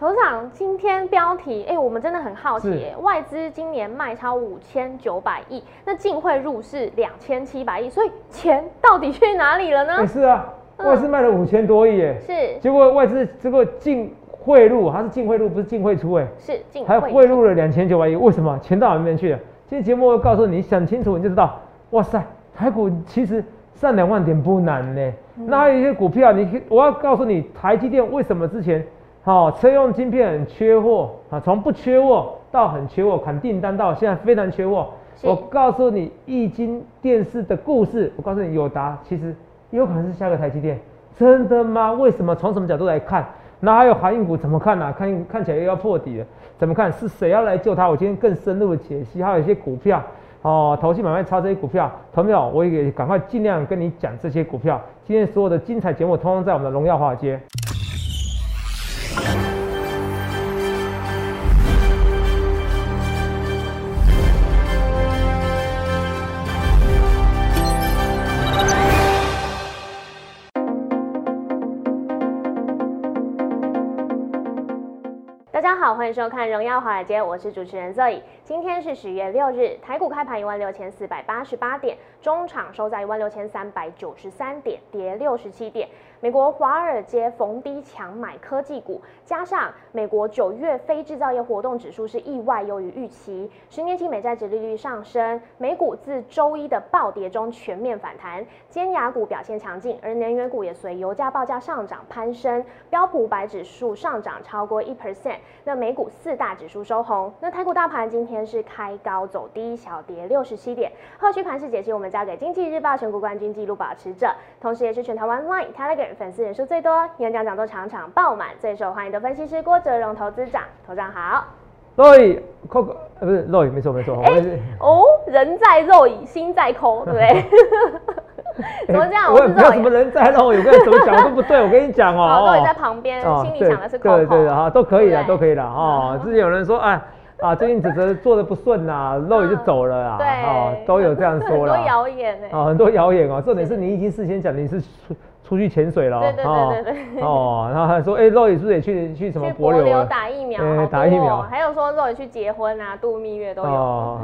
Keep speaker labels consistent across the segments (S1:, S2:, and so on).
S1: 董事长，今天标题，哎、我们真的很好奇、
S2: 是
S1: 哎外资今年卖超五千九百亿，那净汇入是两千七百亿，所以钱到底去哪里了呢？
S2: 也、是啊，
S1: 嗯
S2: 外资卖了五千多亿耶，
S1: 是
S2: 结果外资这个净汇入，它是净汇入，不是净汇出哎，
S1: 是净
S2: 还
S1: 汇
S2: 汇入了两千九百亿，为什么？钱到哪里面去了？今天节目我告诉你，想清楚你就知道。哇塞，台股其实上两万点不难呢。
S1: 嗯
S2: 那还有一些股票，你可以我要告诉你，台积电为什么之前好、车用晶片很缺货啊，从不缺货到很缺货，砍订单到现在非常缺货。
S1: 是
S2: 我告诉你，易经电视的故事，我告诉你，友达其实也有可能是下个台积电，真的吗？为什么？从什么角度来看？那还有航运股怎么看呢、啊？看看起来又要破底了，怎么看？是谁要来救它？我今天更深入的解析，还有一些股票哦，投信买卖超这些股票，投没有？我也赶快尽量跟你讲这些股票。今天所有的精彩节目，通通在我们的荣耀华尔街。
S1: 大家好，欢迎收看《荣耀华尔街》，我是主持人 Zoe。今天是十月六日，台股开盘一万六千四百八十八点，中场收在一万六千三百九十三点，跌六十七点。美国华尔街逢低强买科技股，加上美国九月非制造业活动指数是意外优于预期，十年期美债值利率上升，美股自周一的暴跌中全面反弹，尖牙股表现强劲，而能源股也随油价报价上涨攀升，标普百指数上涨超过一 percent。那美股四大指数收红，那台股大盘今天是开高走低，小跌六十七点。后续盘势解析我们交给经济日报选股冠军纪录保持者，同时也是全台湾 Line、Telegram 粉丝人数最多、演讲讲座场场爆满、最受欢迎的分析师郭哲荣投资长，投长好。
S2: Roy Coco 呃不是 Roy，没错没错，我也是
S1: 哦，人在肉已，心在空，对不对？ 怎么这样？
S2: 哎我也
S1: 是
S2: 没有
S1: 肉
S2: 什么人在让我有个人怎么讲都不对，我跟你讲哦。
S1: 哦，肉
S2: 哦
S1: 也在旁边，心里
S2: 对
S1: 想的是 Coco。
S2: 对对的哈，都可以的，
S1: 对嗯
S2: 都可以的哈。之前有人说，哎啊，最近子哲做的不顺呐，肉也就走了啦，
S1: 嗯对
S2: 哦都有这样
S1: 很
S2: 说
S1: 多
S2: 啦。
S1: 谣言哎呢。
S2: 哦，很多谣言哦，重点是你已经事先讲你是出出去潜水了哦，
S1: 对对对对对
S2: 哦哦，然后还说，哎，肉也是不是也去去什么
S1: 去
S2: 博
S1: 博
S2: 流
S1: 流
S2: 了？
S1: 打疫苗，
S2: 对
S1: 好多哦
S2: 打疫苗
S1: 还有说肉也去结婚啊、度蜜月都有。
S2: 哦，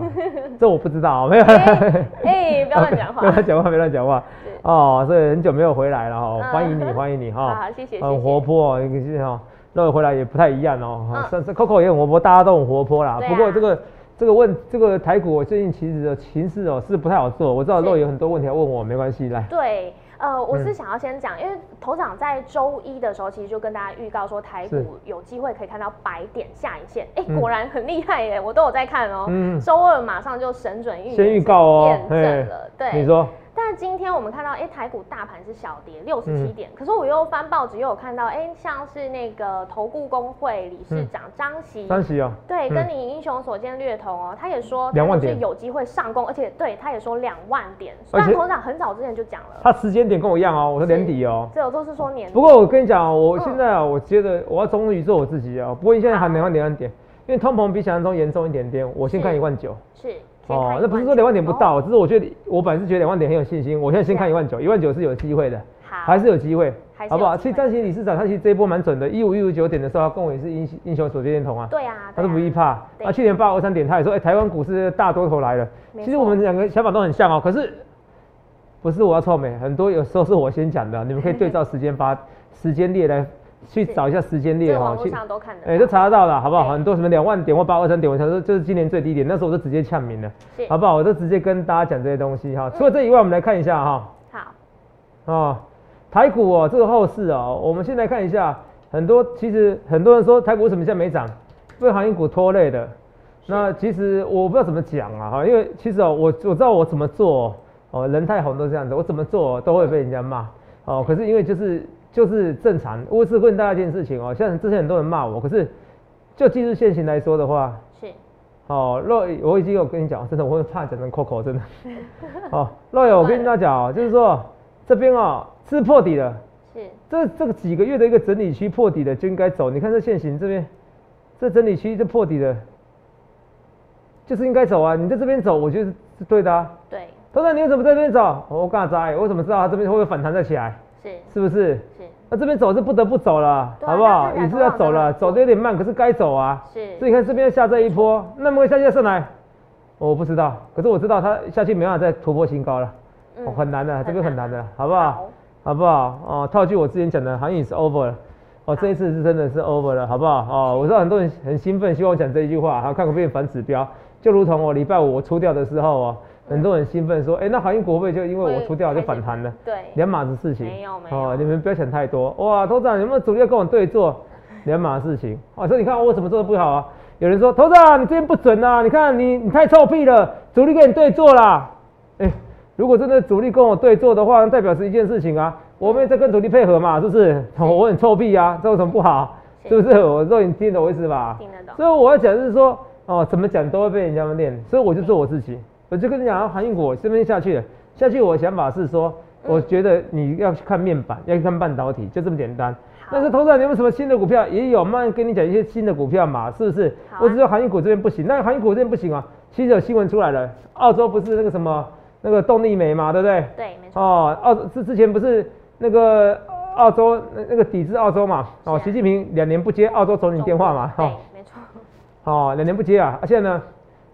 S2: 这我不知道，没有。
S1: 哎，哎不要乱讲
S2: 不 要
S1: 话。
S2: 乱讲话，不要乱讲话。哦，所以很久没有回来了哦，
S1: 嗯
S2: 欢迎你，欢迎你哈。
S1: 好，谢谢，谢
S2: 很
S1: 谢。
S2: 活泼哦，你是哦，那回来也不太一样哦。
S1: 嗯
S2: 哈上次 Coco 也很活泼，大家都很活泼啦。
S1: 对啊
S2: 不过这个这个问这个台股，我最近其实的情势哦是不太好做。我知道
S1: 是
S2: 肉有很多问题要问我，没关系，来。
S1: 对，呃，我是
S2: 嗯
S1: 想要先讲，因为头长在周一的时候，其实就跟大家预告说，台
S2: 是
S1: 股有机会可以看到百点下影线。哎，
S2: 嗯
S1: 果然很厉害耶，我都有在看哦。
S2: 嗯，
S1: 周二马上就神准预言
S2: 先预告哦
S1: 验证了，
S2: 你
S1: 对。
S2: 说
S1: 但今天我们看到，哎、台股大盘是小跌六十七
S2: 嗯
S1: 点，可是我又翻报纸，又有看到，哎、像是那个投顾工会理事长张喜。
S2: 三喜哦，
S1: 对，
S2: 嗯
S1: 跟你英雄所见略同哦。他也说，
S2: 两万
S1: 是
S2: 点
S1: 有机会上攻，而且对他也说两万点。
S2: 而且
S1: 但头长很早之前就讲了，
S2: 他时间点跟我一样哦，我说年底哦。
S1: 这都是说年
S2: 不过我跟你讲哦，
S1: 嗯
S2: 我现在啊，我觉得我要忠于做我自己哦。不过你现在喊两万点，两万点，因为通膨比想象中严重一点点。我先
S1: 啊是
S2: 看一万九。
S1: 是先看
S2: 哦
S1: 一，
S2: 那不
S1: 万
S2: 是说两万点
S1: 九
S2: 不到，只是我觉得我本来是觉得两万点很有信心，我现在先看
S1: 是啊
S2: 一万九，一万九是有机会的，
S1: 好，
S2: 还是有机会
S1: 还是，
S2: 好不
S1: 有
S2: 好？
S1: 机
S2: 其实
S1: 会
S2: 张喜理事长他其实这一波蛮准的，一五一五九点的时候，他跟我也是英英雄所见略同啊，
S1: 对啊，
S2: 他是
S1: 对啊
S2: 不易怕。
S1: 对
S2: 啊，去年八二三点他也说，哎，台湾股市大多头来了。
S1: 没
S2: 其实
S1: 错
S2: 我们两个想法都很像哦，可是不是我要臭美，很多有时候是我先讲的，你们可以对照时间 把时间列来去
S1: 是
S2: 找一下时间列
S1: 这
S2: 哦
S1: 网，络
S2: 去
S1: 上都看得到，
S2: 哎、都查得到了，好不好？
S1: 对
S2: 很多什么两万点或八二三点，我想说就是今年最低点，那时候我就直接呛名了
S1: 是，
S2: 好不好？我就直接跟大家讲这些东西哈。除了这以外，我们来看一下哈，
S1: 好，
S2: 啊、台股哦，这个后市哦，我们先来看一下，很多其实很多人说台股为什么现在没涨，被航运股拖累的。那其实我不知道怎么讲啊哈，因为其实哦，我我知道我怎么做哦，人太红都是这样子，我怎么做都会被人家骂哦。可是因为就是就是正常，我只问大家一件事情哦，像之前很多人骂我，可是就技术线型来说的话，
S1: 是
S2: 哦，若我已经有跟你讲，真的，我会怕讲成 Coco，真的。哦，若友，我跟大家讲哦，就是说这边哦是破底了，
S1: 是
S2: 这这个几个月的一个整理区破底的就应该走。你看这现行这边，这整理区就破底了，就是应该走啊。你在这边走，我觉得是对的啊。
S1: 对，
S2: 哎头长，你为什么在这边走？我干啥？我怎么知道它这边会不会反弹再起来？
S1: 是
S2: 啊是不是？
S1: 是
S2: 那这边走是不得不走了，
S1: 对啊
S2: 好不好？
S1: 这样
S2: 也
S1: 子
S2: 是
S1: 来
S2: 要
S1: 头
S2: 走了，
S1: 往这边
S2: 走的有点慢，可是该走啊。
S1: 是
S2: 所以你看这边要下这一波，那么会下去再上来，哦我不知道，可是我知道它下去没办法再突破新高了，
S1: 嗯
S2: 哦，很难的，这边很难的，好不
S1: 好
S2: 好？好不好？哦，套句我之前讲的，行业是 over 了。哦，这一次是真的是 over 了，好不好？哦，我知道很多人很兴奋，希望我讲这一句话，好看可不可以反指标？就如同我礼拜五我出掉的时候哦，很多人兴奋说，哎、那航运股会不会就因为我出掉就反弹了？
S1: 对，
S2: 两码子事情，
S1: 没有没有
S2: 哦，你们不要想太多哇！头长有没有主力要跟我对坐？两码事情哦，所以你看我怎么做的不好啊？有人说头长你这边不准啊，你看你你太臭屁了，主力跟你对坐啦。哎、如果真的主力跟我对坐的话，那代表是一件事情啊，我们也在跟主力配合嘛，是不是？哦我很臭屁啊，这有什么不好？
S1: 是
S2: 是不是？我说你听懂我意思吧？
S1: 听得懂
S2: 所以我要讲的是说，哦，怎么讲都会被人家们念，所以我就做我自己，我就跟你讲，韩运股我这边下去了，下去我的想法是说，
S1: 嗯
S2: 我觉得你要去看面板，要去看半导体，就这么简单。
S1: 好
S2: 但是头上有没有什么新的股票？也有，慢慢跟你讲一些新的股票嘛，是不是？
S1: 好啊
S2: 我只说航运股这边不行，那航运股这边不行啊。其实有新闻出来了，澳洲不是那个什么那个动力煤嘛，对不对？
S1: 对，没错，
S2: 哦，澳之之前不是那个澳洲那那个抵制澳洲嘛？
S1: 是啊
S2: 哦，习近平两年不接澳洲总理电话嘛？
S1: 对
S2: 哦，，
S1: 没错，
S2: 哦，两年不接啊！啊，现在呢？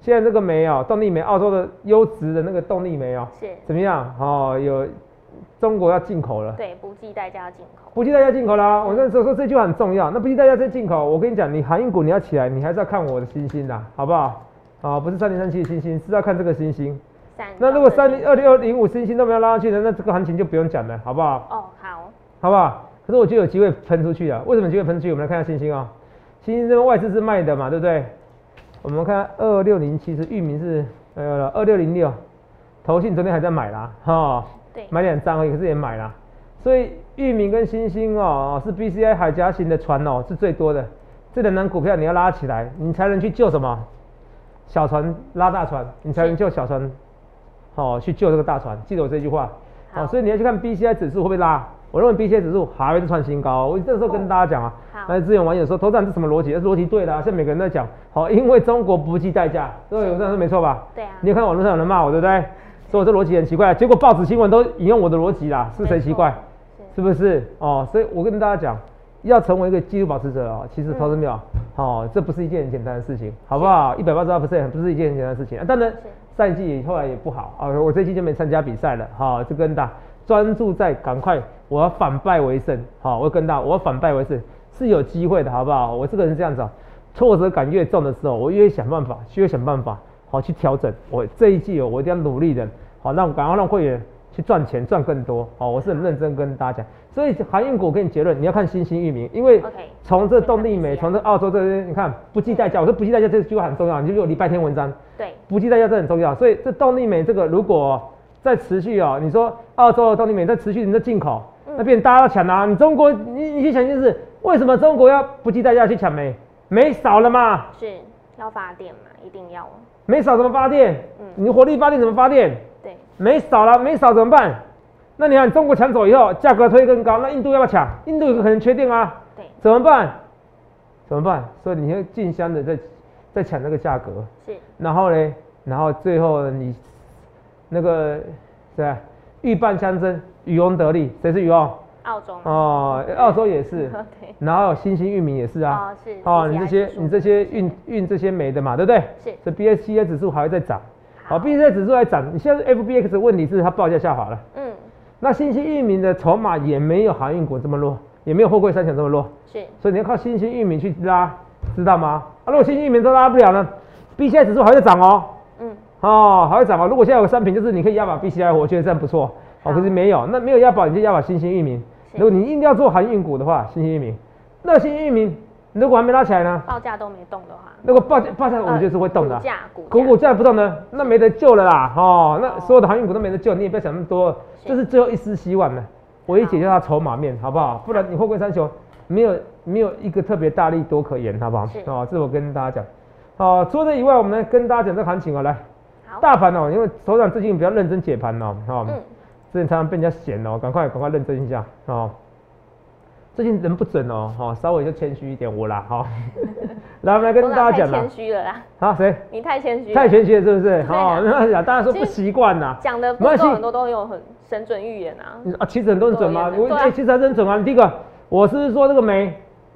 S2: 现在这个煤哦，动力煤，澳洲的优质的那个动力煤哦，
S1: 是
S2: 怎么样？哦，有中国要进口了，
S1: 对，不计代价进口，
S2: 不计代价进口啦。我那时候说这句话很重要，那不计代价再进口，我跟你讲，你航运股你要起来，你还是要看我的星星啦，好不好？啊、不是三零三七的星星，是要看这个星星。
S1: 三
S2: 那如果三零
S1: 二
S2: 二零二零五星星都没有拉上去的，那这个行情就不用讲了，好不好？
S1: 哦，好，
S2: 好不好？可是我觉得有机会喷出去啊。为什么有机会喷出去？我们来看一下星星啊、星星这边外资是卖的嘛，对不对？我们看二六零，其实域名是没有了，二六零六，投信昨天还在买啦，哈、
S1: 对，
S2: 买两张而已，可是也买啦。所以域名跟星星哦，是 BCI 海峡型的船哦，是最多的。这两张股票你要拉起来，你才能去救什么？小船拉大船，你才能救小船，哦，去救这个大船。记得我这句话。
S1: 好
S2: 哦，所以你要去看 BCI 指数会不会拉？我认为 BCI 指数还会再创新高。我那时候跟大家讲啊
S1: 好，
S2: 那之前网友说，投资人是什么逻辑？这逻辑对的、啊，现在每个人都在讲，好、因为中国不计代价，对，我这样说没错吧？
S1: 对啊
S2: 你有看网络上有人骂我，对不对？说我这逻辑很奇怪，结果报纸新闻都引用我的逻辑啦，是谁奇怪？
S1: 没错？
S2: 是不是？哦，所以我跟大家讲，要成为一个纪录保持者哦，其实
S1: 嗯
S2: 投资没有，哦，这不是一件很简单的事情，好不好？一百八十二 percent 不是一件很简单的事情。啊、当然
S1: 是，
S2: 上一季后来也不好啊、我这一季就没参加比赛了，哈、就跟大家专注在赶快，我要反败为胜，好、我跟大家，我要反败为胜是有机会的，好不好？我这个人是这样子、哦，挫折感越重的时候，我越想办法，越想办法，好、去调整。我这一季哦，我一定要努力的，好、让赶快让会员去赚钱，赚更多。好、我是很认真跟大家讲。所以韩运股跟你结论，你要看新兴域名，因为
S1: OK
S2: 从这动力美，
S1: 先看
S2: 从这澳洲这边，你看不计代价，我说不计代价这句话很重要，你就给我礼拜天文章。
S1: 对，
S2: 不计代价这很重要。所以这动力美这个如果再持续哦，你说澳洲的动力美再持续你的进口，
S1: 嗯
S2: 那变成大家要抢啊！你中国，你你去想一件事，为什么中国要不计代价去抢煤？煤少了嘛，
S1: 是要发电嘛，一定要，
S2: 煤少怎么发电？
S1: 嗯
S2: 你火力发电怎么发电？
S1: 对，
S2: 煤少了，煤少怎么办？那你看中国抢走以后，价格推更高，那印度要不要抢？印度有可能缺电啊，
S1: 对，
S2: 怎么办？怎么办？所以你要竞相的在在抢那个价格。
S1: 是
S2: 然后呢，然后最后你那个是吧？鹬蚌相争，渔翁得利，谁是渔翁？
S1: 澳洲嘛，
S2: 哦，澳洲也 是
S1: 对，
S2: 然后新兴域名也是啊
S1: 哦，是
S2: 哦，
S1: 一起
S2: 你这
S1: 来
S2: 些
S1: 指数
S2: 你这些运运这些煤的嘛，对不对？
S1: 是
S2: 这 B S C A 指数还会再涨，
S1: 好
S2: 好，B S C 指数还涨，你现在 F B X 的问题是它报价下滑了，
S1: 嗯，
S2: 那新兴域名的筹码也没有航运股这么弱，也没有货柜三雄这么弱，
S1: 是
S2: 所以你要靠新兴域名去拉，知道吗？啊，如果新兴域名都拉不了呢，B C I 指数还会涨哦，
S1: 嗯，
S2: 哦，还会涨哦。如果现在有个商品，就是你可以押宝 B C I，我觉得这样不错。
S1: 好
S2: 哦，可是没有，那没有押宝，你就押宝新兴域名。
S1: 是
S2: 如果你硬要做航运股的话，新兴域名，那新兴域名如果还没拉起来呢？
S1: 报价都没动的话，
S2: 那个报价报价，我觉得是会动的啊
S1: 股。价股
S2: 股
S1: 价
S2: 股价不动呢，那没得救了啦。哦，那
S1: 哦
S2: 所有的航运股都没得救，你也不要想那么多，
S1: 是
S2: 这是最后一丝希望了。啊我一解决它筹码面，好不好？不然你货柜三雄没有没有一个特别大力多可言，好不好
S1: 是？
S2: 哦，这是我跟大家讲。哦，除了这以外，我们来跟大家讲这个行情哦，来。
S1: 好，
S2: 大盘哦，因为首长最近比较认真解盘哦，哈、哦，
S1: 嗯，
S2: 之前常常被人家嫌哦，赶快赶快认真一下哦。最近人不准哦，哈、稍微就谦虚一点我啦，哈、 来，我们来跟
S1: 董事
S2: 大
S1: 长
S2: 家讲
S1: 太
S2: 啦
S1: 谦，虚了啦，
S2: 啊，谁？
S1: 你太谦虚了，
S2: 太谦虚了是不是？哈、
S1: 对
S2: 那大家说不习惯呐。
S1: 讲的不
S2: 没关系
S1: 够，很多都有很神准预言啊。
S2: 啊，其实很多人准吗？
S1: 对
S2: 我
S1: 对啊
S2: 哎、其实还是很准啊。你第一个，我是不是说这个煤？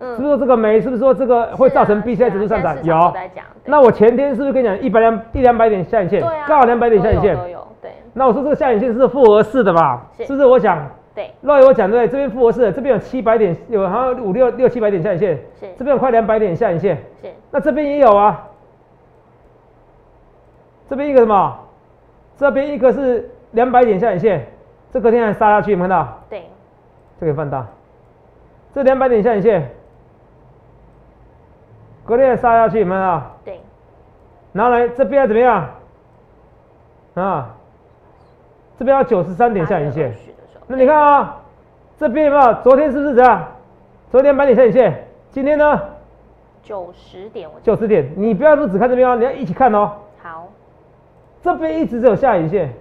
S2: 是不是
S1: 嗯，
S2: 说这个煤？是不是说这个会造成
S1: 是啊
S2: B C I 指数上涨？
S1: 是啊现在市场
S2: 有
S1: 都。在讲，对
S2: 那我前天是不是跟你讲一百两一两百点下影线，
S1: 对啊，
S2: 刚好两百点下影
S1: 都有都
S2: 线？
S1: 有，对
S2: 那我说这个下影线是复合式的吧？
S1: 是
S2: 是不是？我讲，
S1: 对
S2: 那我讲对，这边复合式的，这边有七百点，有好像五六六七百点下影线，
S1: 是
S2: 这边有快两百点下影线，
S1: 是，
S2: 那这边也有啊。这边一个什么？这边一个是两百点下影线，这隔天还杀下去，有没有看到？
S1: 对
S2: 这个放大，这两百点下影线，隔天杀下去，有没有看到？
S1: 对，
S2: 然后来这边要怎么样？啊，这边要九十三点下影线
S1: 820。的时候
S2: 那你看啊，这边有没有？昨天是不是这样？昨天两百点下影线，今天呢
S1: 九十点，我记
S2: 九十点。你不要说只看这边哦，你要一起看哦。
S1: 得好，
S2: 这边一直只有下影线，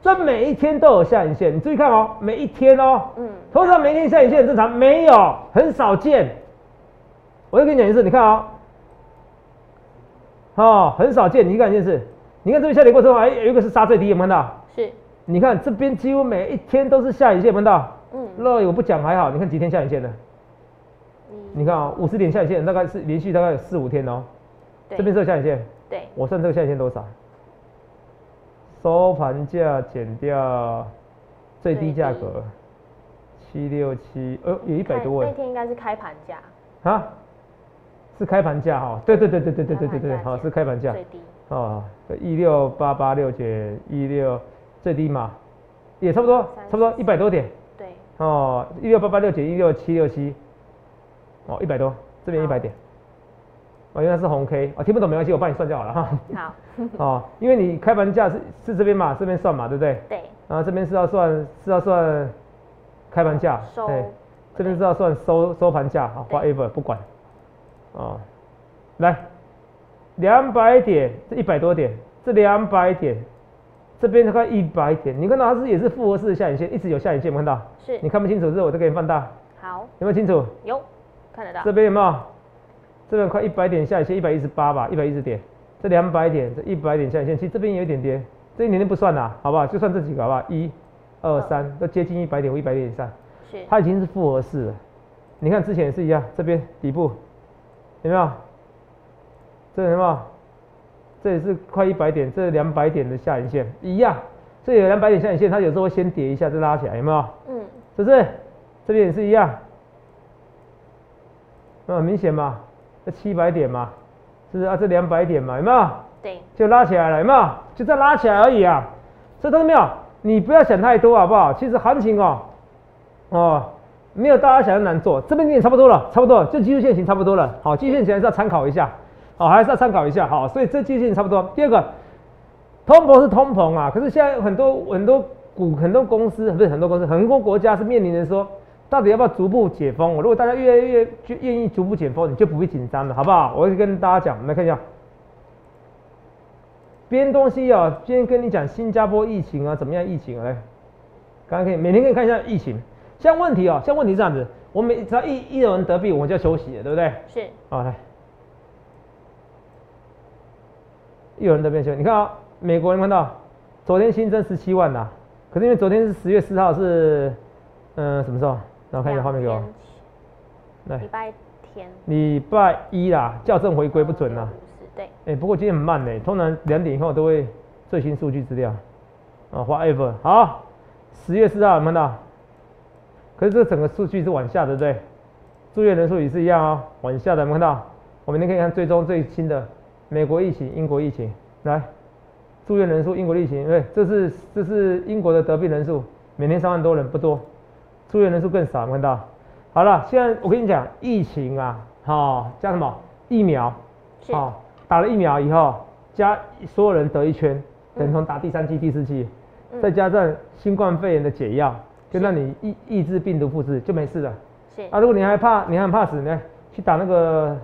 S2: 这每一天都有下影线，你注意看哦，每一天哦。
S1: 嗯，
S2: 通常每天下影线很正常，没有，很少见。我再跟你讲一次，你看哦，哦，很少见。你去看一件事，你看这边下跌过程中，哎、有一个是杀最低，有没有看到？
S1: 是，
S2: 你看这边几乎每一天都是下影线，有没有看到？
S1: 嗯，
S2: 那我不讲还好，你看几天下影线的？
S1: 嗯
S2: 你看啊、哦，五十点下影线，大概是连续大概有四五天哦。
S1: 对
S2: 这边是有下影线，
S1: 对
S2: 我算这个下影线多少？收盘价减掉最低价格七六七，呃，有一百
S1: 开
S2: 多哎
S1: 那。天应该是开盘价，
S2: 啊，是开盘价哈，对对对对对对对对对，
S1: 开盘价
S2: 好
S1: 减
S2: 是开盘价
S1: 最低，
S2: 哦，一六八八六减一六最低嘛，也差不多，差不多一百多点
S1: 对，
S2: 哦，一六八八六减一六七六七，哦一百多，这边一
S1: 好
S2: 百点，哦原来是红 K，哦听不懂没关系，我帮你算就好了哈，
S1: 好，
S2: 哦因为你开盘价是是这边嘛，这边算嘛对不对？
S1: 对，
S2: 然后这边是要算是要算开盘价，
S1: 收
S2: 对这边是要算收收盘价，好
S1: 对
S2: ，whatever 不管，哦，来，两百点，这一百多点，这两百点，这边大概一百点，你看到它是也是复合式的下影线，一直有下影线，有没有看到？
S1: 是
S2: 你看不清楚，这我再给你放大，
S1: 好，
S2: 有没有清楚？
S1: 有看得到
S2: 这，边有没有？这边快一百点下影线，一百一十八吧，一百一十点，这两百点，这一百点下影线，其实这边也有一点跌，这一点点不算啦，好不好？就算这几个好不好？一、二、三，都接近一百点或一百点以上。
S1: 是，
S2: 它已经是复合式了。你看之前也是一样，这边底部有没有？这有没有？这也是快一百点，这两百点的下影线一样。这里有两百点下影线，它有时候会先跌一下，再拉起来，有没有？
S1: 嗯，
S2: 是不是？这边也是一样，那很明显嘛，这七百点嘛，是不是啊？这两百点嘛，有没有？
S1: 对，
S2: 就拉起来了，有没有？就再拉起来而已啊。所以看到没有？你不要想太多，好不好？其实行情哦，哦，没有大家想的难做。这边也差不多了，差不多了，就技术线型差不多了。好，技术线型还是要参考一下，好，还是要参考一下。好，所以这技术线型差不多。第二个，通膨是通膨啊，可是现在很多很多股、很多公司，不是很多公司，很多国家是面临着说，到底要不要逐步解封？如果大家越来越就愿意逐步解封，你就不会紧张了，好不好？我会跟大家讲，我们来看一下。编东西啊，今天跟你讲新加坡疫情啊，怎么样疫情啊？来，刚刚可以每天可以看一下疫情。像问题哦、像问题是这样子，我每只要一一有人得病，我们就要休息了，对不对？
S1: 是，
S2: 好，来，一有人得病休息。你看啊、美国有没有看到昨天新增十七万呐、可是因为昨天是十月四号是，嗯、什么时候？然后看一下画面给我哎
S1: 两。天前
S2: 来
S1: 礼，拜天，
S2: 礼拜一啦，校正回归不准啦、
S1: 嗯，是对，
S2: 哎、不过今天很慢呢、通常两点以后都会最新数据资料。啊，whatever，好，十月四号有没有看到？可是这整个数据是往下的，对不对？住院人数也是一样哦，往下的有没有看到？我们明天可以看最终最新的美国疫情、英国疫情，来，住院人数、英国疫情，对，这是这是英国的得病人数，每天三万多人不多，住院人数更少，有没有看到？好了，现在我跟你讲，疫情啊，好、叫什么疫苗？
S1: 是
S2: 哦，打了疫苗以后，加所有人得一圈，等同打第三剂、第四剂，
S1: 嗯
S2: 再加上新冠肺炎的解药，就是让你抑抑制病毒复制，就没事了。
S1: 是
S2: 啊，如果你还怕，你还很怕死呢，去打那个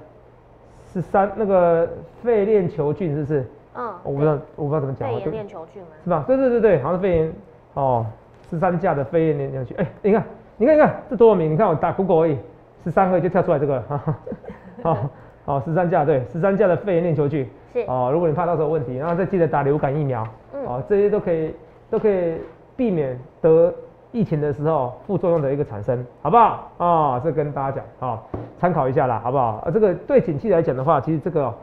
S2: 十三那个肺链球菌，是不是？
S1: 嗯，
S2: 我不知道，我不知道怎么讲，
S1: 肺
S2: 我
S1: 炎
S2: 就
S1: 链球菌吗？
S2: 是吧？对对对对，好像肺炎哦，十三价的肺炎链球菌，哎、你看，你看，你看这多明，你看我打 Google 而已，十三个就跳出来这个，哈哈好好十三价对，十三价的肺炎链球菌
S1: 是
S2: 哦，如果你怕到时候有问题，然后再记得打流感疫苗，
S1: 嗯
S2: 哦，这些都可以都可以避免得疫情的时候副作用的一个产生，好不好？哦，这跟大家讲哦，参考一下啦，好不好？啊，这个对景气来讲的话，其实这个哦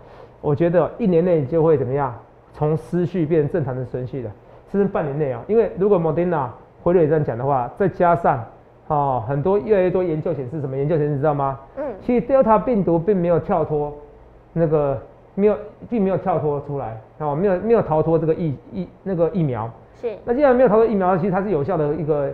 S2: 我觉得一年内就会怎么样，从失序变正常的顺序的，甚至半年内啊，因为如果 Moderna 回瑞这样讲的话，再加上哦很多越来越多研究显示什么研究显示你知道吗？
S1: 嗯，
S2: 其实 Delta 病毒并没有跳脱那个没有，并没有跳脱出来哦，没有没有逃脱这个疫疫那个疫苗。
S1: 是
S2: 那既然没有逃脱疫苗，其实它是有效的一个，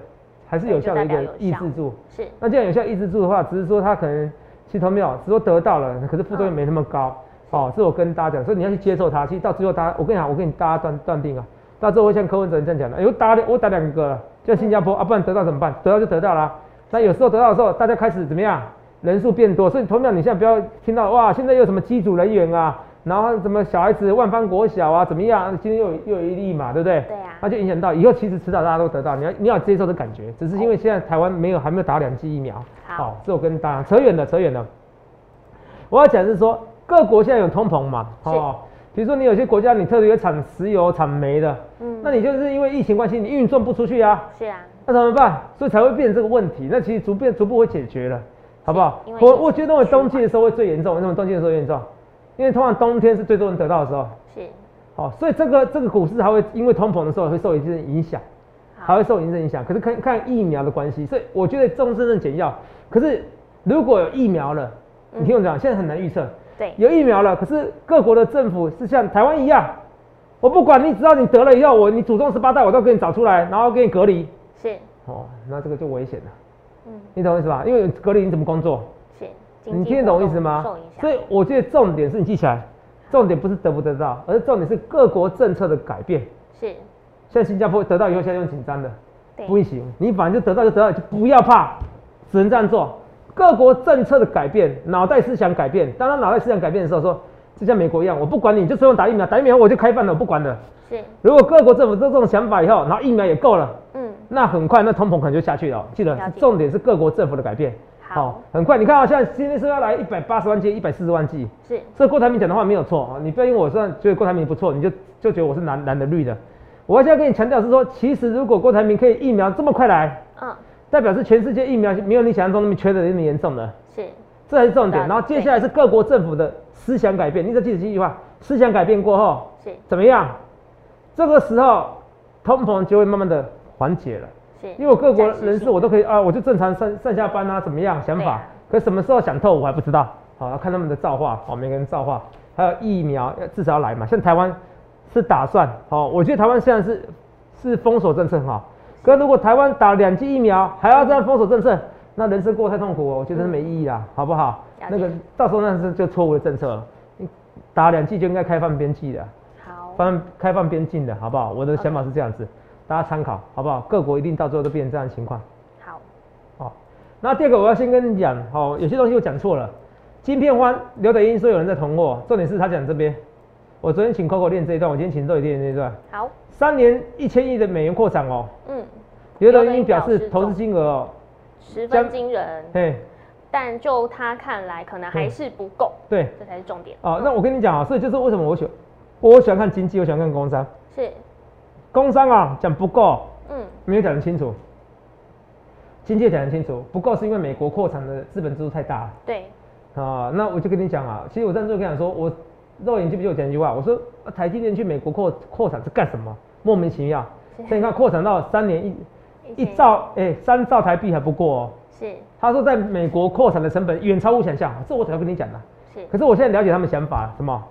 S2: 还是有效的一
S1: 对
S2: 个
S1: 就代表
S2: 抑
S1: 有效
S2: 制住。
S1: 是，
S2: 那既然有效抑制住的话，只是说它可能其实没有，只是说得到了，可是副
S1: 嗯
S2: 作用没那么高。哦，这我跟大家讲，所以你要去接受它。其实到最后大家，我跟你讲，我跟你大家断断定啊，到最后会像柯文哲这样讲的，哎、我打我打两个了，就像新加坡啊，不然得到怎么办？得到就得到啦。那有时候得到的时候，大家开始怎么样？人数变多，所以同样你现在不要听到哇，现在有什么机组人员啊，然后什么小孩子万方国小啊，怎么样？今天又有又有一例嘛，对不对？
S1: 对啊
S2: 那就影响到以后，其实迟早大家都得到，你要你要有接受的感觉，只是因为现在台湾没有还没有打两剂疫苗。
S1: 好
S2: 哦，这我跟大家扯远了，扯远了。我要讲的是说，各国现在有通膨嘛，哦，比如说你有些国家你特别有产石油、产煤的，
S1: 嗯
S2: 那你就是因为疫情关系，你运送不出去啊，
S1: 是啊，
S2: 那怎么办？所以才会变成这个问题。那其实逐步逐步会解决了，好不好
S1: 因为？
S2: 我
S1: 疫情
S2: 我觉得我冬季的时候会最严重，为什么冬季的时候最严重？因为通常冬天是最多人得到的时候，
S1: 是
S2: 哦，所以这个这个股市还会因为通膨的时候会受一定影响。还
S1: 好
S2: 会受影响影响。可是看看疫苗的关系，所以我觉得重症症减药。可是如果有疫苗了，你听我讲，现在很难预测。
S1: 嗯对，
S2: 有疫苗了，可是各国的政府是像台湾一样，我不管你，只要你得了以后，我你祖宗十八代我都给你找出来，然后给你隔离。
S1: 是，
S2: 哦，那这个就危险了，
S1: 嗯，
S2: 你懂我意思吧？因为隔离你怎么工作？
S1: 是，经
S2: 你
S1: 济
S2: 听得
S1: 活
S2: 懂意
S1: 动
S2: 思吗
S1: 受影？响
S2: 所以我觉得重点是你记起来，重点不是得不得到，而是重点是各国政策的改变。
S1: 是，
S2: 像新加坡得到以后，现在用紧张的，
S1: 对，
S2: 不行，你反正就得到就得到，就不要怕，只能这样做。各国政策的改变，脑袋思想改变。当他脑袋思想改变的时候说就像美国一样，我不管你，就随便打疫苗，打疫苗我就开放了，我不管了。
S1: 是，
S2: 如果各国政府都这种想法以后，然后疫苗也够了，
S1: 嗯，
S2: 那很快那通膨可能就下去了。记得
S1: 了解
S2: 重点是各国政府的改变。
S1: 好
S2: 很快你看啊，现在今天是要来一百八十万剂，一百四十万剂。
S1: 是，
S2: 所以郭台铭讲的话没有错啊，你不要因为我算觉得郭台铭不错，你就就觉得我是蓝蓝的绿的。我现在跟你强调是说，其实如果郭台铭可以疫苗这么快来，
S1: 嗯，
S2: 代表是全世界疫苗没有你想象中那么缺的那么严重的，
S1: 是，
S2: 这才是重点。
S1: 对
S2: 然后接下来是各国政府的思想改变，你只要记得这句话：思想改变过后
S1: 是，
S2: 怎么样？这个时候通膨就会慢慢的缓解了。
S1: 是，
S2: 因为我各国
S1: 暂时
S2: 人士
S1: 性
S2: 我都可以啊，我就正常上上下班啊，怎么样想
S1: 对
S2: 法？
S1: 啊
S2: 可什么时候想透我还不知道，好要看他们的造化，哦好每个人造化，还有疫苗要至少要来嘛。像台湾是打算，好、我觉得台湾现在是是封锁政策很好，可是如果台湾打了两剂疫苗还要这样封锁政策，那人生过得太痛苦哦，我觉得没意义啦，好不好
S1: 了？解
S2: 那个到时候那是就错误的政策了，你打两剂就应该开放边际的。
S1: 好，
S2: 放开放边境的好不好？我的想法是这样子，大家参考好不好？各国一定到最后都变成这样的情况。
S1: 好，
S2: 哦，那第二个我要先跟你讲，哦，有些东西我讲错了。晶片荒，刘德英说有人在囤货，重点是他讲这边。我昨天请 Coco 练这一段，我今天请周宇练这一段。
S1: 好，
S2: 三年一千亿的美元扩产哦，
S1: 嗯，
S2: 刘德
S1: 刘德
S2: 英
S1: 英
S2: 表
S1: 表
S2: 示
S1: 示
S2: 投
S1: 中
S2: 资金额哦，
S1: 十
S2: 将
S1: 分惊人，
S2: 嘿，
S1: 但就他看来，可能还
S2: 嗯
S1: 是不够，
S2: 对，
S1: 这才是重点。
S2: 哦，那我跟你讲啊、所以就是为什么我喜欢我喜欢看经济，我喜欢看工商，
S1: 是，
S2: 工商啊讲不够，
S1: 嗯，
S2: 没有讲得清楚，经济讲得清楚，不够是因为美国扩产的资本支出太大了
S1: 对，
S2: 啊。那我就跟你讲啊，其实我上次就跟你讲说，我肉眼记不记得我讲一句话，我说啊台积电去美国扩扩产是干什么？莫名其妙。
S1: 是啊
S2: 现在你看扩产到三年一一
S1: 千
S2: 兆，哎、三兆台币还不过哦。
S1: 是
S2: 他说在美国扩产的成本远超乎想象，这我早就跟你讲了。
S1: 是，
S2: 可是我现在了解他们想法了，什么？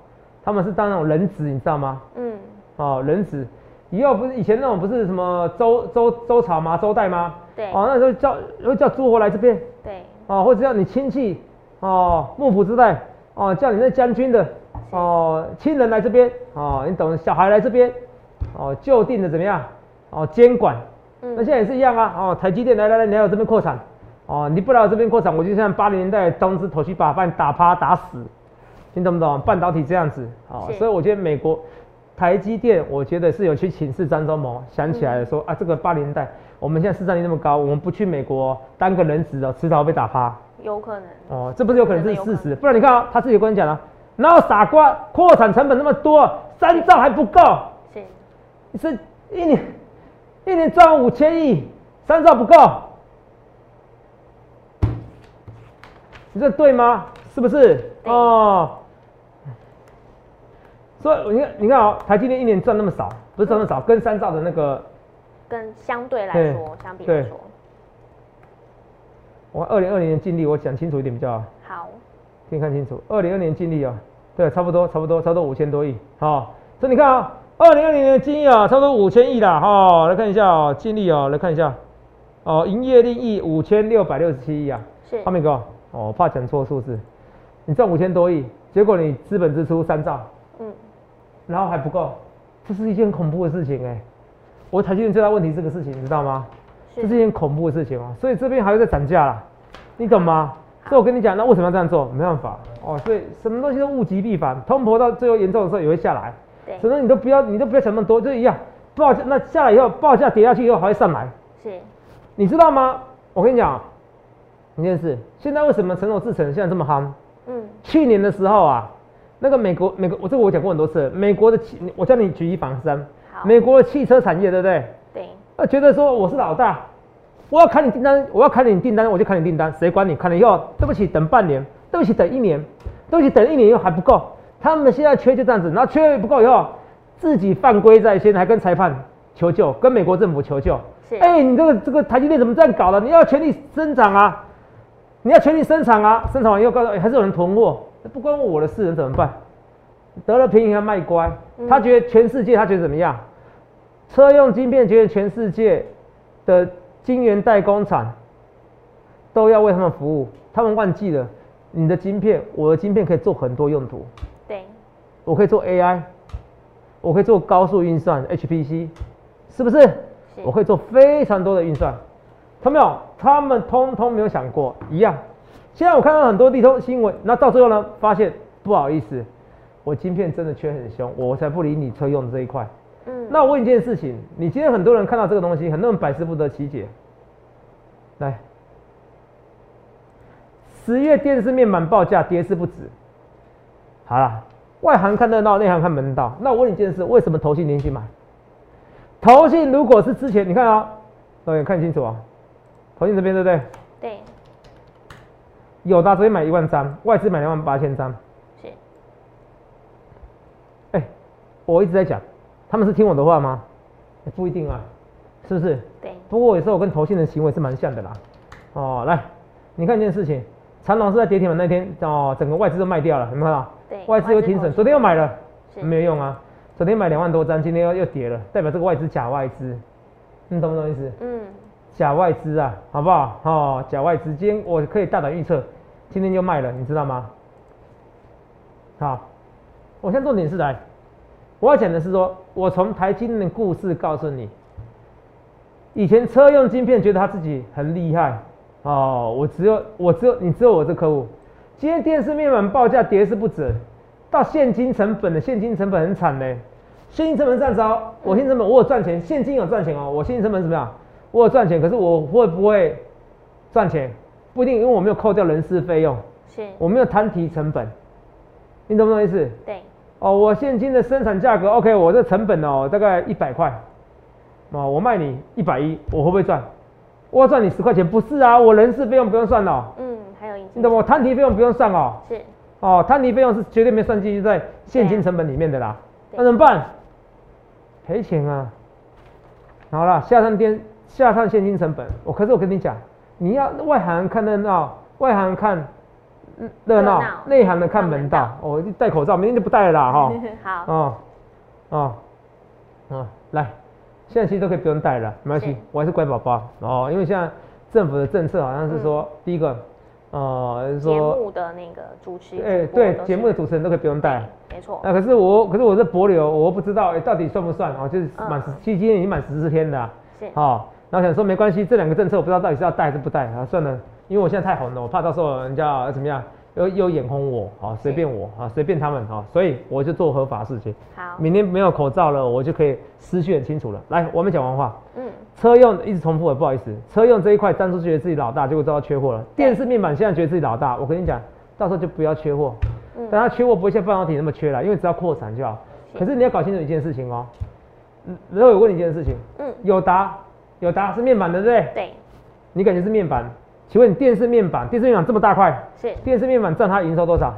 S2: 他们是当那种人质，你知道吗？
S1: 嗯，
S2: 哦，人子，以后不是以前那种不是什么周周周朝吗？周代吗？
S1: 对
S2: 哦，那时候叫会叫诸侯来这边，
S1: 对，
S2: 哦，或者叫你亲戚，哦，幕府之代，哦，叫你那将军的，哦，亲人来这边，哦，你懂，小孩来这边，哦，就定的怎么样？哦，监管。
S1: 嗯
S2: 那现在也是一样啊，哦，台积电来来来，你来我这边扩产，哦，你不来我这边扩产，我就像八零年代的东芝、头绪把把你打趴打死，你懂不懂？半导体这样子，哦，
S1: 是
S2: 所以我觉得美国台积电，我觉得是有去请示张忠谋，想起
S1: 嗯
S2: 来了说、啊，这个八零代，我们现在市占率那么高，我们不去美国当个人质哦，迟早被打趴。
S1: 有可能。
S2: 哦，这不是有可能
S1: 真
S2: 是
S1: 的有
S2: 事
S1: 可
S2: 实，不然你看啊、他自己跟你讲了、哪有傻瓜，扩产成本那么多，三兆还不够，
S1: 是，
S2: 是一年一年赚五千亿，三兆不够，你这对吗？是不是？
S1: 对
S2: 哦，所以你看，你看啊、台积电一年赚那么少，不是赚那么少，跟三兆的那个
S1: 跟相对来
S2: 对
S1: 说，相比来
S2: 对
S1: 说，
S2: 我二零二零年净利，我讲清楚一点比较好。
S1: 好，
S2: 先看清楚，二零二年净利啊，对，差不多，差不多，差不多五千多亿。好、所以你看啊、二零二零年的净利啊，差不多五千亿啦。哈、来看一下哦，净利哦，来看一下，哦，营业利益五千六百六十七亿啊。
S1: 是
S2: 阿明哥，哦，我怕讲错数字，你赚五千多亿，结果你资本支出三兆，
S1: 嗯，
S2: 然后还不够，这是一件很恐怖的事情哎、我台积电最大问题是这个事情，你知道吗？这是一
S1: 是
S2: 件恐怖的事情哦、所以这边还会再涨价啦，你懂吗？所以我跟你讲，那为什么要这样做？没办法哦，所以什么东西都物极必反，通膨到最后严重的时候也会下来，
S1: 对
S2: 所以你都不要，你都不要想那么多，就一样报价，那下来以后报价跌下去以后还会上来，
S1: 是，
S2: 你知道吗？我跟你讲一件事，现在为什么成熟制成现在这么夯？
S1: 嗯，
S2: 去年的时候啊，那个美国美国，我这个我讲过很多次了，美国的汽，我叫你举一反三，
S1: 好
S2: 美国的汽车产业对不对？
S1: 对，
S2: 那觉得说我是老大，我要砍你订单，我要砍你订单，我就砍你订单，谁管你？砍了以后，对不起，等半年，对不起，等一年，对不起，等一年又还不够，他们现在缺就这样子，然后缺不够以后，自己犯规在先，还跟裁判求救，跟美国政府求救。
S1: 是
S2: 哎、你这个这个台积电怎么这样搞的？你要全力生产啊，你要全力生产啊，生产完以后告诉、哎还是有人囤货，那不关我的事，人怎么办？得了便宜还卖乖，
S1: 嗯
S2: 他觉得全世界他觉得怎么样？车用晶片觉得全世界的晶圆代工厂都要为他们服务，他们忘记了你的晶片，我的晶片可以做很多用途，
S1: 对，
S2: 我可以做 AI，我可以做高速运算 HPC，是不是？我可以做非常多的运算，他没有，他们通通没有想过一样。现在我看到很多地通新闻，那到最后呢，发现不好意思，我晶片真的缺很凶，我才不理你车用这一块。
S1: 嗯，
S2: 那我问一件事情，你今天很多人看到这个东西，很多人百思不得其解。来，十月电视面板报价跌势不止。好啦，外行看热闹，内行看门道。那我问你一件事，为什么投信连续买？投信如果是之前，你看啊、导演看清楚啊、投信这边对不对？
S1: 对，
S2: 友达昨天买一万张，外资买两万八千张。
S1: 是，
S2: 哎、我一直在讲，他们是听我的话吗？欸不一定啊，是不是？
S1: 对，
S2: 不过有时候我跟投信的行为是蛮像的啦。哦，来，你看一件事情，长隆是在跌停板那天，哦，整个外资都卖掉了，有没有看到？
S1: 对
S2: 外资又停
S1: 外资投
S2: 损，
S1: 信
S2: 昨天又买了，
S1: 是
S2: 没有用啊。昨天买两万多张，今天又又跌了，代表这个外资假外资，你懂不懂意思？
S1: 嗯，
S2: 假外资啊，好不好？哦，假外资，今天我可以大胆预测，今天就卖了，你知道吗？好，我现在重点是来，我要讲的是说，我从台积电的故事告诉你，以前车用晶片觉得他自己很厉害哦，我只有我只有你只有我这客户，今天电视面板报价跌是不止，到现金成本的现金成本很惨嘞，现金成本这样子哦，我现金成本我有赚钱，现金有赚钱哦，我现金成本怎么样？我有赚钱，可是我会不会赚钱？不一定，因为我没有扣掉人事费用，
S1: 是，
S2: 我没有摊提成本，你懂不懂意思？
S1: 对，
S2: 哦，我现金的生产价格，OK，我这成本哦，大概一百块，哦，我卖你一百一，我会不会赚？我要赚你十块钱？不是啊，我人事费用不用算哦，
S1: 嗯，还有隐
S2: 你
S1: 形
S2: 懂吗？我摊提费用不用算哦，
S1: 是，
S2: 哦，摊提费用是绝对没算进去在现金成本里面的啦。
S1: 对
S2: 那怎么办？赔钱啊！好了，下上天下上现金成本，我可是我跟你讲，你要外行看热闹，外行看嗯热闹
S1: 热闹，
S2: 内行的看门道。我、就戴口罩，明天就不戴了啦哈。
S1: 好，
S2: 哦，哦，哦，来，现在其实都可以不用带了，没关系
S1: 是，
S2: 我还是乖宝宝哦，因为现在政府的政策好像是说，第一个，呃，是
S1: 节
S2: 说，
S1: 目的那个主持，
S2: 哎，
S1: 主播
S2: 对
S1: 都，是
S2: 节目的主持人都可以不用带。
S1: 没错，
S2: 那、可是我，可是我这博流，我不知道，哎、到底算不算哦？就是满十，
S1: 嗯
S2: 其实今天已经满十四天了啊、
S1: 是，
S2: 哦，然后想说没关系，这两个政策我不知道到底是要带还是不带啊，算了，因为我现在太红了，我怕到时候人家怎么样又又眼红我，好随便我啊，随便他们啊，所以我就做合法事情。
S1: 好，
S2: 明天没有口罩了，我就可以思绪很清楚了。来，我们讲完话，
S1: 嗯，
S2: 车用一直重复了，不好意思，车用这一块当初觉得自己老大，结果遭到缺货了。
S1: 对
S2: 电视面板现在觉得自己老大，我跟你讲，到时候就不要缺货。
S1: 嗯
S2: 但它缺货不会像半导体那么缺了，因为只要扩产就好。
S1: 是
S2: 可是你要搞清楚一件事情哦、嗯然后我问你一件事情，哦
S1: 嗯，
S2: 友达，友达是面板的对不对？
S1: 对，
S2: 你感觉是面板？请问你电视面板，电视面板这么大块，
S1: 是，
S2: 电视面板占它营收多少？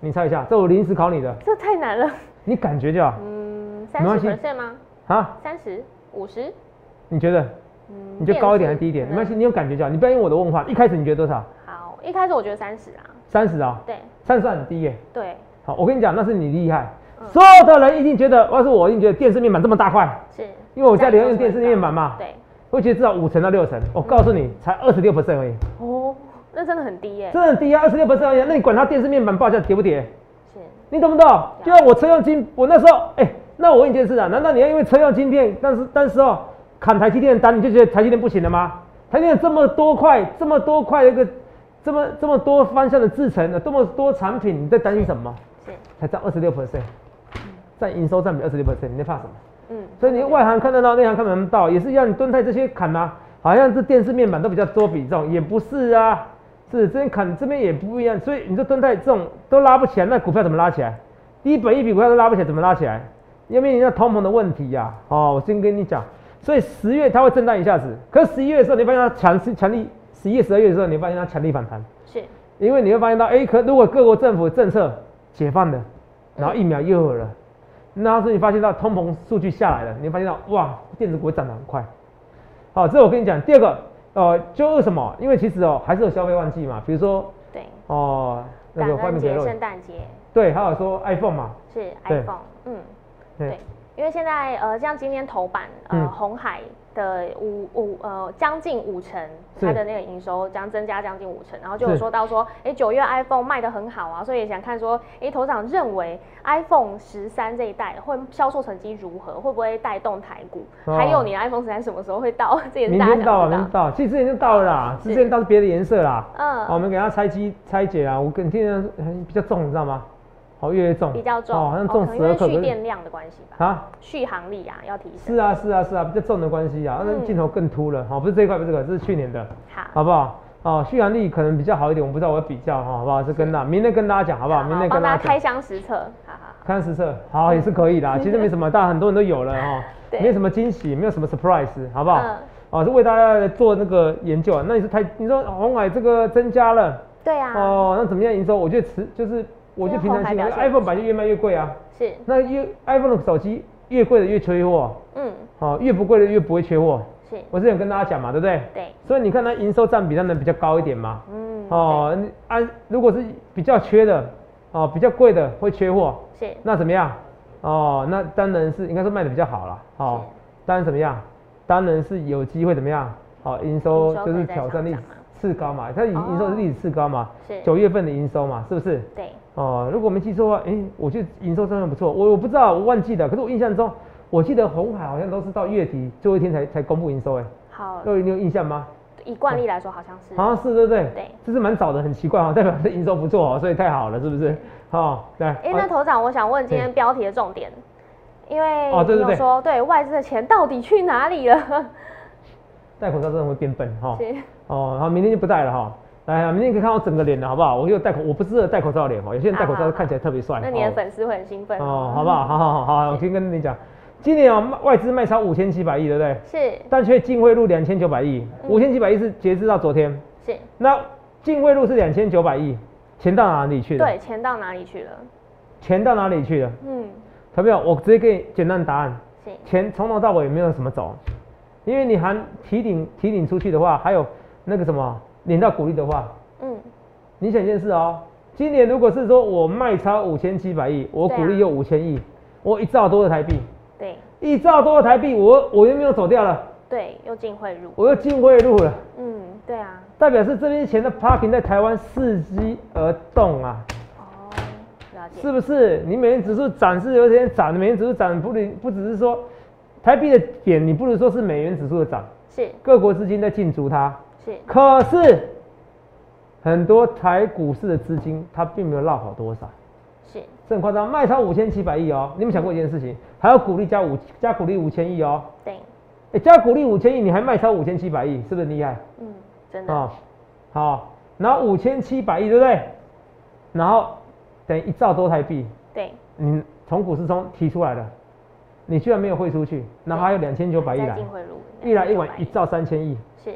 S2: 你猜一下，这我临时考你的，
S1: 这太难了。
S2: 你感觉就好
S1: 嗯，三
S2: 没关
S1: 十
S2: 系
S1: percent 吗？
S2: 啊？
S1: 三十五十？
S2: 你觉得？
S1: 嗯
S2: 你就高一点还是低一点？没关系，。你有感觉就好，你不要因为我的问话。一开始你觉得多
S1: 电
S2: 少？
S1: 视可能好，一开始我觉得三十啊，
S2: 三十啊，
S1: 对
S2: 三十很低耶、
S1: 对
S2: 好，我跟你讲，那是你厉害
S1: 嗯。
S2: 所有的人一定觉得，要是我一定觉得电视面板这么大块，
S1: 是。
S2: 因为我家里要
S1: 这样就
S2: 用电视
S1: 会
S2: 面板嘛
S1: 高对，嗯
S2: 我觉得至少五成到六成。我告诉你，才二十六 percent 而已，
S1: 哦，那真的很低耶。
S2: 真的很低啊，二十六 percent 而已啊。那你管它电视面板报价跌不跌？
S1: 是，
S2: 你懂不懂？就像我车用晶，我那时候，哎、那我问你一件事啊，难道你要因为车用晶片，但是但是哦，砍台积电的单，你就觉得台积电不行了吗？台积电这么多块，这么多块的一个，这么这么多方向的制成的，这么多产品，你在担心什么？
S1: 是，
S2: 才占二十六 percent，占营收占比二十六 percent，你在怕什么？
S1: 嗯，
S2: 所以你外行看得到，内行看不到，也是一样。你蹲泰这些砍啊，好像这电视面板都比较多比重，也不是啊，是这边砍这边也不一样。所以你这蹲泰这种都拉不起来，那股票怎么拉起来？低本一笔股票都拉不起来，怎么拉起来？要面临到通膨的问题呀、哦，我先跟你讲，所以十月它会震荡一下子，可是十一月的时候，你发现它强势强力，十一月、十二月的时候，你发现它强力反弹。
S1: 是，
S2: 因为你会发现到，哎、可如果各国政府政策解放了，
S1: 嗯
S2: 然后疫苗又有了，那是你发现到通膨数据下来了，你会发现到哇，电子股涨得很快。好，这我跟你讲，第二个，呃，就是什么？因为其实哦，还是有消费旺季嘛，比如说
S1: 对。
S2: 哦、那
S1: 感
S2: 个外
S1: 恩
S2: 面给
S1: 节、
S2: 肉，
S1: 圣诞节
S2: 对，还有说 iPhone 嘛，
S1: 是
S2: 对
S1: iPhone，嗯，
S2: 对
S1: 对，因为现在呃，像今天头版呃，
S2: 嗯
S1: 红海的五五呃将近五成，
S2: 是
S1: 它的那个营收将增加将近五成，然后就有
S2: 是
S1: 说到说，哎，九月 iPhone 卖的很好啊，所以想看说，哎，头长认为 iPhone 十三这一代会销售成绩如何，会不会带动台股？
S2: 哦
S1: 还有你的 iPhone 十三什么时候会到？这也是
S2: 明
S1: 大家想
S2: 天到了，
S1: 知
S2: 明
S1: 道
S2: 天。到，啊其实之前就到了啦，
S1: 是
S2: 之前到是别的颜色啦，
S1: 嗯
S2: 好我们给它拆机拆解啊，我跟天天比较重，你知道吗？好，越来越重，
S1: 比较重，
S2: 哦，好像重
S1: 可能
S2: 十
S1: 因为
S2: 二克，
S1: 蓄
S2: 可是
S1: 电量的关系吧，
S2: 啊。
S1: 续航力啊要提升。
S2: 是啊，是啊，是啊，比较重的关系啊，那
S1: 嗯
S2: 镜头更凸了，好，哦不是这一块，不是这个，这是去年的，
S1: 好，
S2: 好不好？哦，续航力可能比较好一点，我不知道，我要比较哈，好不好？这跟那明天跟大家讲，好不好？明天
S1: 帮
S2: 跟
S1: 大
S2: 大
S1: 家
S2: 家
S1: 开
S2: 讲，
S1: 箱
S2: 哦
S1: 实测，好好好。
S2: 看实测，好，也是可 以的，其实没什么，大家很多人都有了哈，
S1: 对
S2: 没什么惊喜，没有什么 surprise，好不好
S1: 嗯？
S2: 哦，是为大家来做那个研究啊。那你是台，你说红海这个增加了，
S1: 对啊，
S2: 哦，那怎么样营收？我觉得持就是，我就
S1: 这个
S2: 平
S1: 红
S2: 常
S1: 海
S2: 心
S1: 表现
S2: ，iPhone 版就越卖越贵啊，
S1: 是，
S2: 那越 iPhone 的手机越贵的越缺货，
S1: 嗯，
S2: 哦，越不贵的越不会缺货。
S1: 是，
S2: 我之前跟大家讲嘛，对不对？
S1: 对，
S2: 所以你看它营收占比当然比较高一点嘛。
S1: 嗯，
S2: 哦，你按、如果是比较缺的，哦，比较贵的会缺货，
S1: 对，是，
S2: 那怎么样？哦，那当然是应该说卖的比较好了。哦
S1: 是，
S2: 当然怎么样？当然是有机会怎么样？哦，营收
S1: 营收
S2: 就是
S1: 可以再
S2: 挑战
S1: 上
S2: 历
S1: 涨嘛
S2: 次高嘛，它营
S1: 哦
S2: 营收是历史次高嘛，
S1: 是
S2: 九月份的营收嘛，是不是？
S1: 对，
S2: 哦，如果没记错的话，哎、我觉得营收真的不错。我我不知道，我忘记了。可是我印象中，我记得红海好像都是到月底最后一天才才公布营收、哎，
S1: 好，
S2: 各位你有印象吗？
S1: 以惯例来说好像是，
S2: 好像是对不对？
S1: 嗯对，
S2: 这是蛮早的，很奇怪哦，代表是营收不错哦，所以太好了，是不是？好，对。
S1: 哎，那
S2: 哦
S1: 头长，我想问今天标题的重点，因为
S2: 哦对
S1: 你
S2: 对
S1: 有
S2: 对
S1: 说对外资的钱到底去哪里了？
S2: 戴口罩真的会变笨 哈。
S1: 是，
S2: 哦，好，明天就不戴了哈。来，啊明天可以看我整个脸了，好不好？我又戴口，我不适合戴口罩的脸哦。有些人戴
S1: 好
S2: 口
S1: 好
S2: 罩
S1: 好
S2: 看起来特别帅。
S1: 啊那你的
S2: 哦
S1: 粉丝会很兴奋
S2: 哦，好不好？好好好好，我先跟你讲，今年哦外资卖超五千七百亿，对不对？
S1: 是
S2: 但却净汇入两千九百亿，
S1: 嗯
S2: 五千七百亿是截至到昨天，
S1: 是，
S2: 那净汇入是两千九百亿，钱到哪里去了？
S1: 对，钱到哪里去了？
S2: 钱到哪里去了？
S1: 嗯，
S2: 投票，我直接给你简单答案，
S1: 是，
S2: 钱从头到尾没有什么走，因为你含提领提领出去的话，还有那个什么领到股利的话，
S1: 嗯，
S2: 你想一件事哦，今年如果是说我卖超五千七百亿，我
S1: 对啊
S2: 股利有五千亿，我一兆多的台币，
S1: 对
S2: 一兆多的台币，我我又没有走掉了，
S1: 对，又进汇入，
S2: 我又进汇入了。
S1: 嗯，对啊，
S2: 代表是这边钱的 parking 在台湾伺机而动啊，
S1: 哦，了解，
S2: 是不是？你美元指数涨是有点涨，美元指数涨不能不只是说台币的贬，你不如说是美元指数的涨，
S1: 是
S2: 各国资金在进驻它。
S1: 是，
S2: 可是很多台股市的资金它并没有落跑多少，
S1: 是
S2: 这很夸张，卖超五千七百亿哦。你们想过一件事情，还要股利加五加股利五千亿哦，
S1: 对，
S2: 哎、加股利五千亿，你还卖超五千七百亿，是不是很厉害？
S1: 嗯，真的，
S2: 啊、好，然后五千七百亿，对不对？然后等于一兆多台币，
S1: 对，
S2: 你从股市中提出来了，你居然没有汇出去，然后还有两千九百亿
S1: 再
S2: 来
S1: 进，回路，
S2: 一来一往
S1: 2,900
S2: 一兆三千亿，
S1: 是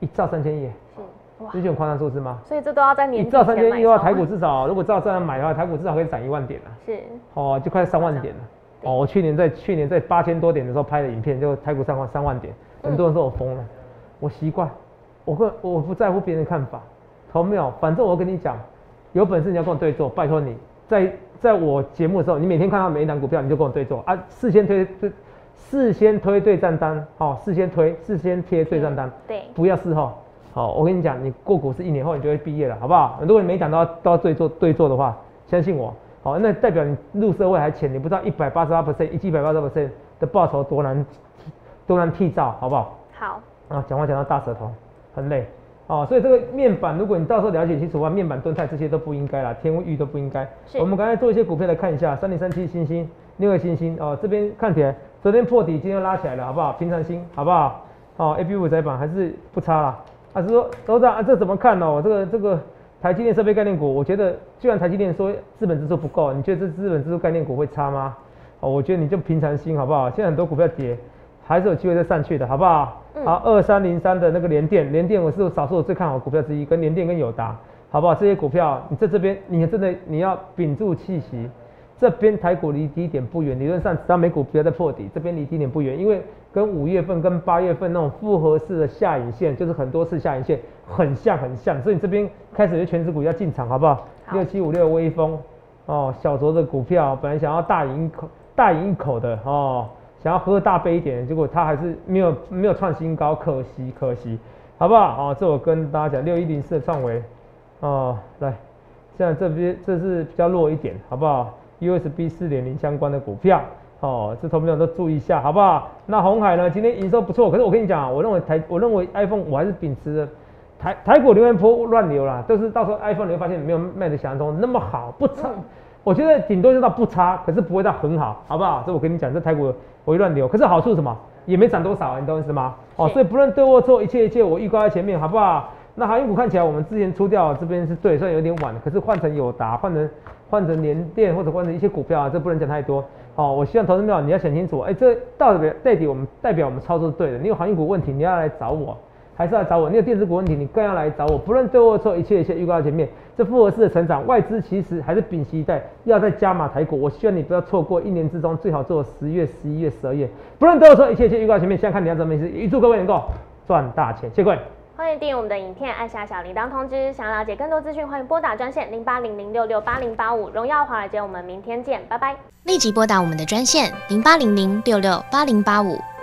S2: 一兆三千亿，
S1: 是哇
S2: 这，就很夸张数字吗？
S1: 所以这都要在
S2: 一
S1: 年底
S2: 兆三
S1: 前
S2: 千
S1: 买
S2: 亿的话，
S1: 超
S2: 台股至少如果照这样买的话，台股至少可以涨一万点了、
S1: 是
S2: 哦，就快三万点了。
S1: 对
S2: 哦，我去年在去年在八千多点的时候拍的影片，就台股上万三万点，
S1: 嗯
S2: 很多人说我疯了，我习惯，我跟我不在乎别人的看法，投没有，反正我跟你讲，有本事你要跟我对坐，拜托你，在在我节目的时候，你每天看到每一档股票，你就跟我对坐啊，事先推推，事先推对账单，好、哦，事先推，事先贴对账单，
S1: 对，
S2: 不要事后。好，我跟你讲，你过股市一年后你就会毕业了，好不好？如果你每一档都要都要对做对做的话，相信我，好，那代表你入社会还浅，你不知道一百八十八 percent、一七百八十 percent 的报酬多难多难替造，好不好？
S1: 好，
S2: 啊，讲话讲到大舌头，很累。哦，所以这个面板，如果你到时候了解清楚的话，面板、盾泰这些都不应该啦，天域都不应该。
S1: 是
S2: 我们刚才做一些股票来看一下，三零三七星星，六个星星哦，这边看起来昨天破底，今天又拉起来了，好不好？平常心，好不好？哦，A B 五窄板还是不差啦。啊，是说董事长啊，这怎么看呢、哦？这个这个台积电设备概念股，我觉得既然台积电说资本支出不够，你觉得这资本支出概念股会差吗？哦，我觉得你就平常心好不好？现在很多股票跌，还是有机会再上去的，好不好？
S1: 嗯
S2: 好，二三零三的那个联电，联电我是少数我最看好的股票之一，跟联电跟友达，好不好？这些股票你在这边，你真的你要屏住气息。这边台股离低点不远，理论上只要美股不要再破底，这边离低点不远，因为跟五月份跟八月份那种复合式的下影线，就是很多次下影线很像很像，所以你这边开始就全指股要进场，好不好？
S1: 好
S2: 六七五六微风哦，小酌的股票本来想要大饮一口大饮一口的哦，想要喝大杯一点，结果它还是没有没有创新高，可惜可惜，好不好？哦，这我跟大家讲，六一零四的创维哦，来，现在这边这是比较弱一点，好不好？USB 四点零相关的股票。哦，这投资者都注意一下，好不好？那红海呢？今天营收不错，可是我跟你讲啊，我认为台，我认为 iPhone 我还是秉持着台台股流言波乱流啦，就是到时候 iPhone 你会发现没有卖的想象中那么好，不差。我觉得顶多就到不差，可是不会到很好，好不好？这我跟你讲，这台股我会乱流，可是好处是什么？也没涨多少、啊，你懂我意思吗？哦，
S1: 是
S2: 所以不论对或错，一切一切我预告在前面，好不好？那航运股看起来我们之前出掉这边是对，虽然有点晚，可是换成友达，换成换成联电或者换成一些股票啊，这不能讲太多。好、我希望投资票你要想清楚，哎、这到底代表我们代表我们操作是对的。你有航运股问题，你要来找我。还是要找我。你有电子股问题，你更要来找我。不论对或错，一切一切预告在前面。这复合式的成长，外资其实还是屏息以待，要再加码台股。我希望你不要错过一年之中最好做十月、十一月、十二月。不论对或错，一切一切预告在前面。现在看你要怎么意思，预祝各位能够赚大钱，谢谢各位。
S1: 欢迎订阅我们的影片，按下小铃铛通知。想了解更多资讯，欢迎拨打专线零八零零六六八零八五。荣耀华尔街，我们明天见，拜拜。
S3: 立即拨打我们的专线零八零零六六八零八五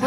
S3: 投